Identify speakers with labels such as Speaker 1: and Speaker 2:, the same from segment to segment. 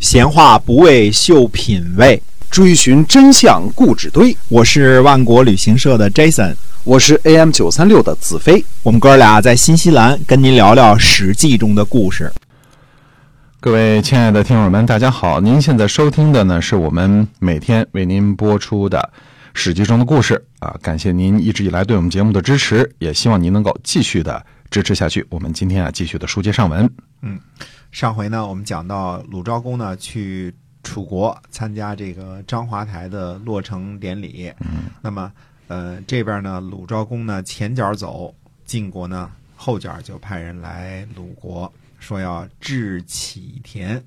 Speaker 1: 闲话不为秀品味，
Speaker 2: 追寻真相故纸堆。
Speaker 1: 我是万国旅行社的 Jason，
Speaker 2: 我是 AM 九三六的子飞。
Speaker 1: 我们哥俩在新西兰跟您聊聊《史记》中的故事。
Speaker 3: 各位亲爱的听友们，大家好！您现在收听的呢，是我们每天为您播出的《史记》中的故事啊。感谢您一直以来对我们节目的支持，也希望您能够继续的支持下去。我们今天啊，继续的书接上文。
Speaker 1: 上回呢，我们讲到鲁昭公呢去楚国参加这个章华台的落成典礼。嗯，那么呃这边呢，鲁昭公呢前脚走，晋国呢后脚就派人来鲁国，说要治启田。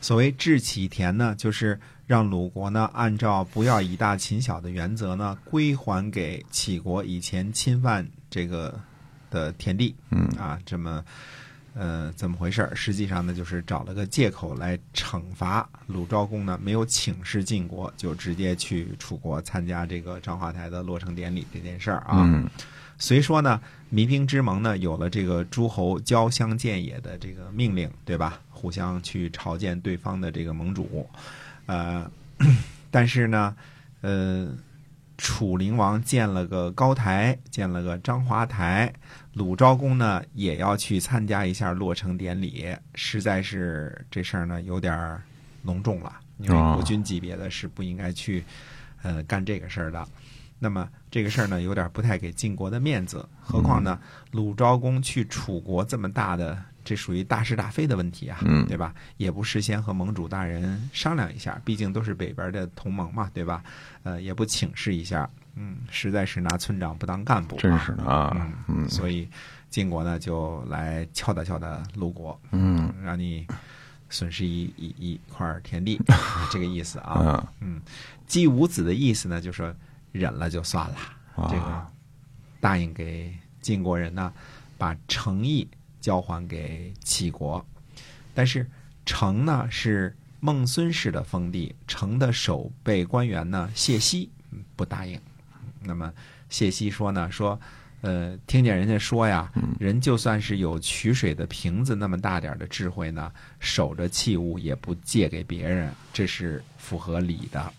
Speaker 1: 所谓治启田呢，就是让鲁国呢按照不要以大秦小的原则呢，归还给齐国以前侵犯这个的田地。嗯啊，这么。呃，怎么回事儿？实际上呢，就是找了个借口来惩罚鲁昭公呢，没有请示晋国，就直接去楚国参加这个章华台的落成典礼这件事儿啊。
Speaker 3: 嗯
Speaker 1: 虽说呢，民兵之盟呢有了这个诸侯交相见也的这个命令，对吧？互相去朝见对方的这个盟主，呃， 但是呢，呃，楚灵王建了个高台，建了个章华台，鲁昭公呢也要去参加一下落成典礼，实在是这事儿呢有点儿隆重了，因为
Speaker 3: 哦
Speaker 1: 国君级别的是不应该去，呃，干这个事儿的。那么这个事儿呢，有点不太给晋国的面子。何况
Speaker 3: 嗯
Speaker 1: 呢，鲁昭公去楚国这么大的，这属于大是大非的问题啊，
Speaker 3: 嗯
Speaker 1: 对吧？也不事先和盟主大人商量一下，毕竟都是北边的同盟嘛，对吧？呃，也不请示一下，嗯，实在是拿村长不当干部、啊，
Speaker 3: 真是的啊，
Speaker 1: 嗯，所以晋国呢就来敲打敲打鲁国，
Speaker 3: 嗯，
Speaker 1: 让你损失一一一块儿 田地，这个意思啊。
Speaker 3: 嗯
Speaker 1: 季武子的意思呢，就说忍了就算了，
Speaker 3: 啊
Speaker 1: 这个答应给晋国人呢，把诚意交还给齐国。但是成呢是孟孙氏的封地，成的守备官员呢谢希嗯不答应。那么谢希说呢，说，呃，听见人家说呀，人就算是有取水的瓶子那么大点儿的智慧呢，守着器物也不借给别人，这是符合礼的。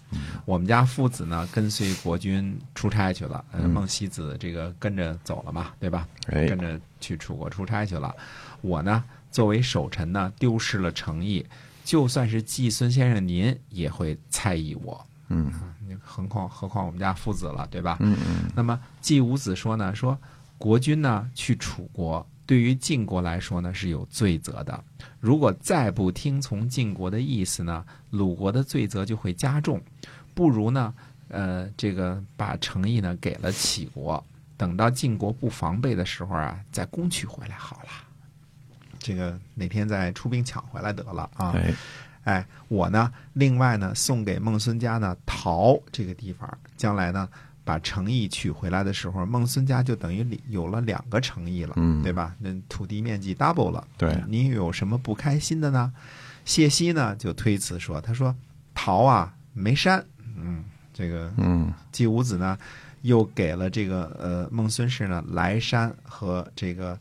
Speaker 1: 我们家父子呢，跟随国君出差去了，呃，孟西子这个跟着走了嘛，对吧？
Speaker 3: 嗯哎
Speaker 1: 跟着去楚国出差去了。我呢，作为守臣呢，丢失了诚意，就算是季孙先生您也会猜疑我。
Speaker 3: 嗯
Speaker 1: 嗯，何况何况我们家父子了，对吧？
Speaker 3: 嗯嗯
Speaker 1: 那么季武子说呢，说国君呢去楚国，对于晋国来说呢是有罪责的。如果再不听从晋国的意思呢，鲁国的罪责就会加重。不如呢，呃，这个把诚意呢给了齐国，等到晋国不防备的时候啊，再攻取回来好了。这个哪天再出兵抢回来得了啊！
Speaker 3: 哎
Speaker 1: 哎，我呢，另外呢，送给孟孙家呢陶这个地方，将来呢，把诚意取回来的时候，孟孙家就等于里有了两个诚意了，
Speaker 3: 嗯
Speaker 1: 对吧？那土地面积 double 了，
Speaker 3: 对
Speaker 1: 你有什么不开心的呢？谢希呢就推辞说，他说陶啊没删，嗯，这个
Speaker 3: 嗯
Speaker 1: 季武子呢，又给了这个呃孟孙氏呢莱山和这个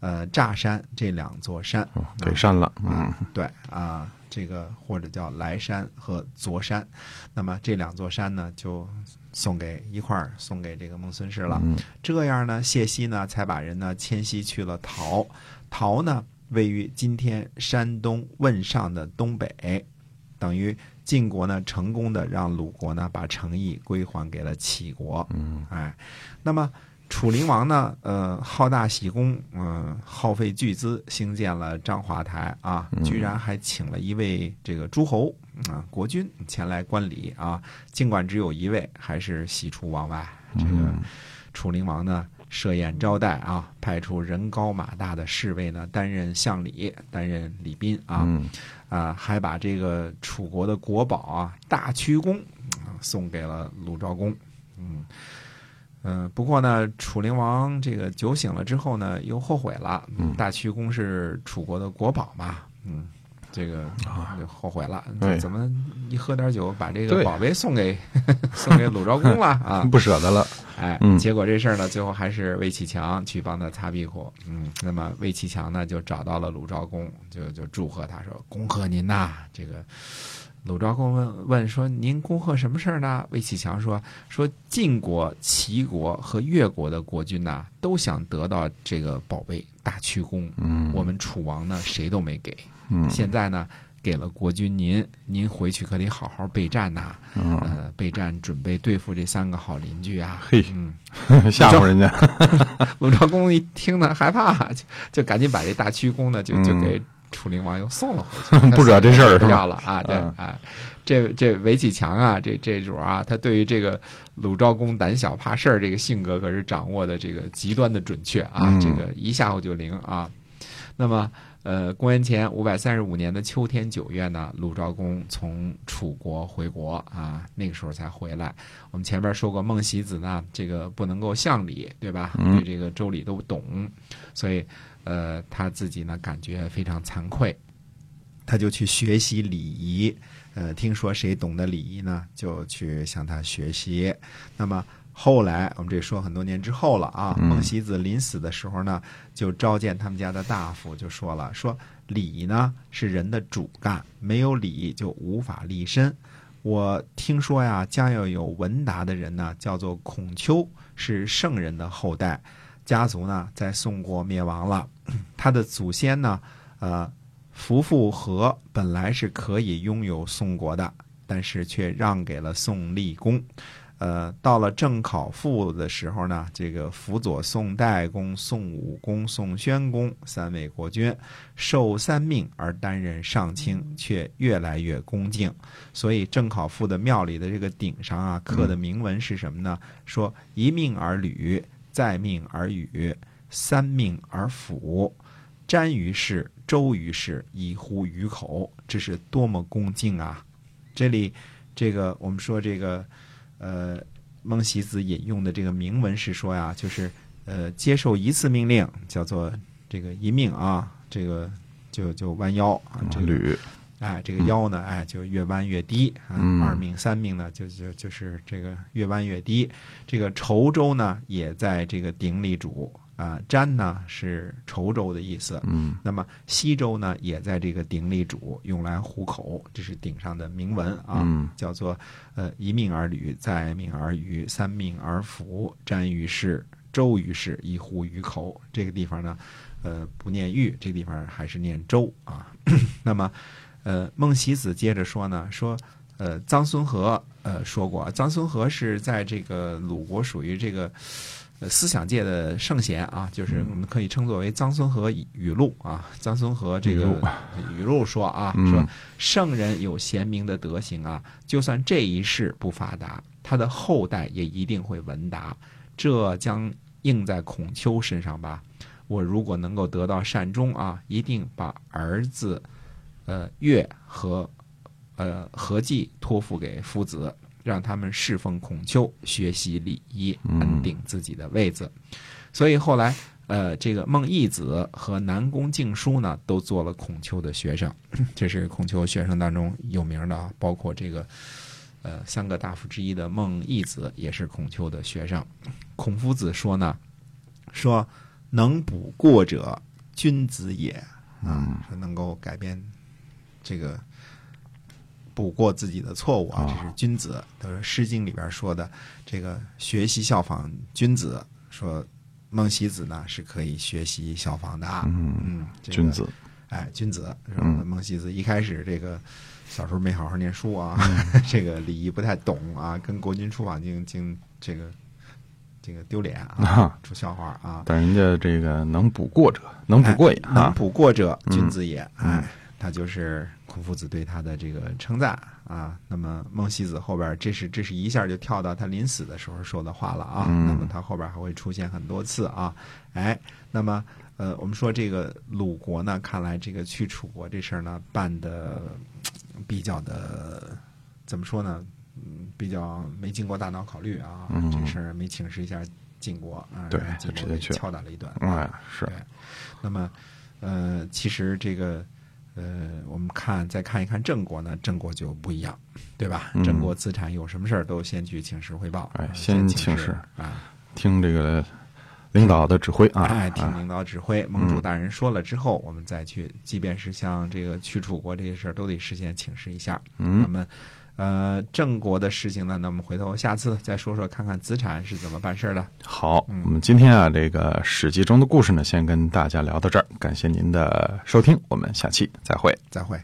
Speaker 1: 呃炸山这两座山，
Speaker 3: 哦给删了，嗯
Speaker 1: 啊，对啊，这个或者叫莱山和卓山，那么这两座山呢，就送给一块儿送给这个孟孙氏了。这样呢，谢希呢才把人呢迁徙去了陶，陶呢位于今天山东汶上的东北，等于晋国呢成功的让鲁国呢把诚意归还给了齐国。嗯，哎，那么。楚灵王呢，呃，好大喜功，嗯、耗费巨资兴建了章华台啊，居然还请了一位这个诸侯啊、国君前来观礼啊，尽管只有一位，还是喜出望外。这个楚灵王呢，设宴招待啊，派出人高马大的侍卫呢，担任相礼，担任礼宾啊。
Speaker 3: 嗯
Speaker 1: 啊，还把这个楚国的国宝啊大曲弓啊送给了鲁昭公。嗯嗯、呃不过呢，楚灵王这个酒醒了之后呢，又后悔了。大曲弓是楚国的国宝嘛，嗯，这个就后悔了。
Speaker 3: 哎
Speaker 1: 怎么一喝点酒把这个
Speaker 3: 对
Speaker 1: 宝贝送给送给鲁昭公了啊？
Speaker 3: 不舍得了，
Speaker 1: 哎，
Speaker 3: 嗯
Speaker 1: 结果这事儿呢，最后还是魏启强去帮他擦屁股。嗯，那么魏启强呢，就找到了鲁昭公，就就祝贺他说：“恭贺您呐、这个鲁昭公问问说：“您恭贺什么事儿呢？”魏启强说：“说晋国、齐国和越国的国君呐、都想得到这个宝贝大曲弓。
Speaker 3: 嗯
Speaker 1: 我们楚王呢，谁都没给。
Speaker 3: 嗯
Speaker 1: 现在呢，给了国君您，您回去可得好好备战呐、
Speaker 3: 嗯，
Speaker 1: 呃，备战准备对付这三个好邻居啊。
Speaker 3: 嘿，
Speaker 1: 嗯，
Speaker 3: 吓唬人家，
Speaker 1: 鲁昭公一听呢害怕，就就赶紧把这大曲弓呢就就
Speaker 3: 嗯
Speaker 1: 给楚灵王又送了
Speaker 3: ，
Speaker 1: 回去
Speaker 3: 不知道这事儿是吧
Speaker 1: 不要了啊！对
Speaker 3: 嗯
Speaker 1: 啊，这这韦启强啊，这这主啊，他对于这个鲁昭公胆小怕事儿这个性格可是掌握的这个极端的准确啊，
Speaker 3: 嗯
Speaker 1: 这个一吓唬就灵啊。那么。呃，公元前五百三十五年的秋天九月呢，鲁昭公从楚国回国啊，那个时候才回来。我们前面说过，孟喜子呢，这个不能够向礼，对吧？
Speaker 3: 嗯
Speaker 1: 对这个周礼都不懂，所以，呃，他自己呢感觉非常惭愧，他就去学习礼仪。呃，听说谁懂得礼仪呢，就去向他学习。那么后来，我们这说很多年之后了啊，
Speaker 3: 嗯
Speaker 1: 孟喜子临死的时候呢，就召见他们家的大夫，就说了：说礼呢是人的主干，没有礼就无法立身。我听说呀，将要有文达的人呢，叫做孔丘，是圣人的后代，家族呢在宋国灭亡了， 他的祖先呢，呃，伏复和本来是可以拥有宋国的，但是却让给了宋厉公。呃，到了郑考父的时候呢，这个辅佐宋代公、宋武公、宋宣公三位国君，受三命而担任上卿，却越来越恭敬。所以郑考父的庙里的这个顶上啊，刻的铭文是什么呢？说一命而履，再命而宇，三命而辅，瞻于世，周于世，以乎于口。这是多么恭敬啊！这里，这个我们说这个，呃，孟喜子引用的这个铭文是说呀，就是呃，接受一次命令叫做这个一命啊，这个就就弯腰啊，这个
Speaker 3: 吕，
Speaker 1: 哎，这个腰呢，哎，就越弯越低啊。
Speaker 3: 嗯
Speaker 1: 二命、三命呢，就就就是这个越弯越低。这个稠州呢，也在这个鼎里煮啊。粘呢是稠州的意思，
Speaker 3: 嗯
Speaker 1: 那么西周呢，也在这个鼎里煮，用来糊口，这是鼎上的铭文啊，
Speaker 3: 嗯
Speaker 1: 叫做呃一命而履，再命而渔，三命而服，瞻于世，周于世，一乎于口。这个地方呢，呃，不念玉，这个地方还是念周啊。那么，呃，孟喜子接着说呢，说呃，臧孙和呃说过，臧孙和是在这个鲁国属于这个。呃思想界的圣贤啊，就是我
Speaker 3: 嗯
Speaker 1: 们可以称作为臧孙和语录啊。臧孙和这个
Speaker 3: 语录
Speaker 1: 语录说啊，
Speaker 3: 嗯
Speaker 1: 说圣人有贤明的德行啊，就算这一世不发达，他的后代也一定会闻达。这将应在孔丘身上吧。我如果能够得到善终啊，一定把儿子，呃，乐和呃合计托付给夫子，让他们侍奉孔丘，学习礼仪，
Speaker 3: 嗯
Speaker 1: 安定自己的位子。所以后来，呃，这个孟义子和南宫敬叔呢，都做了孔丘的学生， 这是孔丘学生当中有名的啊，包括这个。呃，三个大夫之一的孟义子也是孔丘的学生。孔夫子说呢，说能补过者，君子也
Speaker 3: 嗯
Speaker 1: 啊，说能够改变这个补过自己的错误啊，
Speaker 3: 啊
Speaker 1: 这是君子。他说《诗经》里边说的这个学习效仿君子，说孟喜子呢是可以学习效仿的啊。
Speaker 3: 嗯，
Speaker 1: 嗯，这个
Speaker 3: 君子，
Speaker 1: 哎，君子是吧？
Speaker 3: 嗯
Speaker 1: 孟西子一开始这个小时候没好好念书啊，
Speaker 3: 嗯
Speaker 1: 这个礼仪不太懂啊，跟国君出访经经这个这个丢脸啊
Speaker 3: 啊，
Speaker 1: 出笑话啊。
Speaker 3: 但人家这个能补过者，能补过也
Speaker 1: 哎能
Speaker 3: 啊，
Speaker 1: 补过者，
Speaker 3: 嗯
Speaker 1: 君子也。
Speaker 3: 嗯
Speaker 1: 哎，他就是孔夫子对他的这个称赞啊。那么孟喜子后边儿，这是这是一下就跳到他临死的时候说的话了啊。
Speaker 3: 嗯
Speaker 1: 那么他后边儿还会出现很多次啊。哎，那么呃，我们说这个鲁国呢，看来这个去楚国这事儿呢，办的比较的怎么说呢？嗯，比较没经过大脑考虑啊，
Speaker 3: 嗯
Speaker 1: 这事儿没请示一下晋国啊，
Speaker 3: 对
Speaker 1: 让晋
Speaker 3: 就直
Speaker 1: 国
Speaker 3: 接
Speaker 1: 给
Speaker 3: 去了嗯
Speaker 1: 敲打了一顿。
Speaker 3: 哎，是
Speaker 1: 对，那么，呃，其实这个，呃，我们看再看一看郑国呢，郑国就不一样，对吧？
Speaker 3: 嗯
Speaker 1: 郑国资产有什么事儿都先去请示汇报，
Speaker 3: 哎
Speaker 1: 啊
Speaker 3: 先
Speaker 1: 请
Speaker 3: 请示
Speaker 1: 啊，
Speaker 3: 听这个领导的指挥啊，
Speaker 1: 哎，
Speaker 3: 啊嗯
Speaker 1: 听领导指挥，盟主大人说了之后，我们再去，即便是像这个去楚国这些事儿，都得事先请示一下。那
Speaker 3: 嗯，
Speaker 1: 么，呃，郑国的事情呢，那我们回头下次再说说，看看资产是怎么办事儿的。
Speaker 3: 好，
Speaker 1: 嗯
Speaker 3: 我们今天啊这个《史记》中的故事呢，先跟大家聊到这儿，感谢您的收听，我们下期再会。
Speaker 1: 再会。